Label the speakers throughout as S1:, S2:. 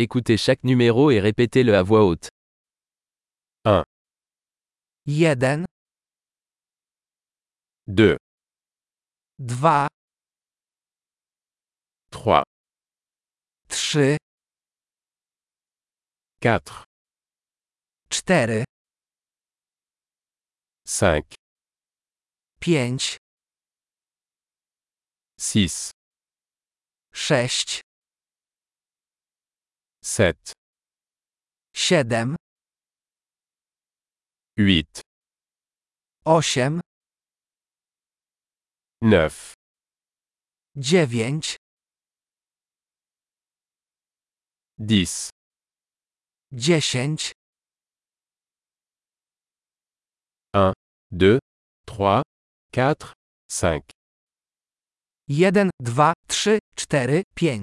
S1: Écoutez chaque numéro et répétez-le à voix haute.
S2: 1,
S3: 2,
S2: 2,
S3: 3,
S2: 3,
S3: 4,
S2: 4,
S3: 5,
S2: 5,
S3: 6,
S2: 6,
S3: 7,
S2: 7,
S3: 8,
S2: 8,
S3: 9.
S2: 9,
S3: 10,
S2: 10,
S3: 2, 3, 4, 5,
S2: 1, 2, 3, 4, 5,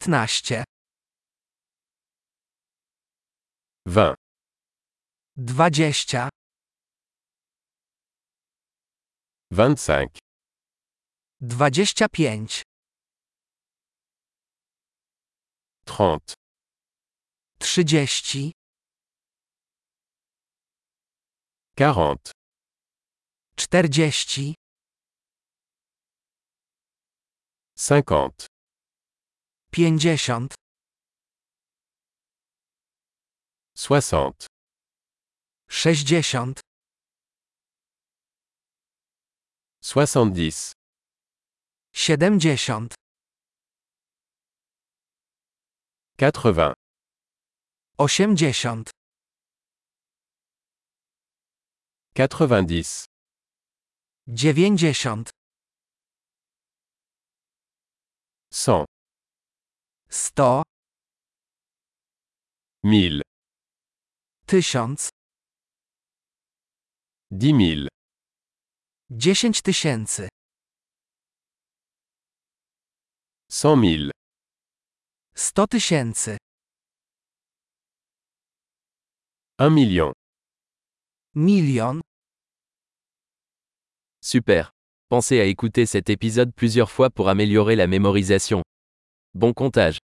S3: 25, 30, 40,
S2: 25, 30, 40,
S3: 50, 60,
S2: 50, 60,
S3: 70,
S2: 70,
S3: 80,
S2: 80,
S3: 90,
S2: 90,
S3: 100,
S2: 100,
S3: 1000,
S2: 1000,
S3: 10 000,
S2: 10 tysięcy,
S3: 100 000,
S2: 100 tysięcy,
S3: 1 million.
S2: milion.
S1: Super. Pensez à écouter cet épisode plusieurs fois pour améliorer la mémorisation. Bon comptage.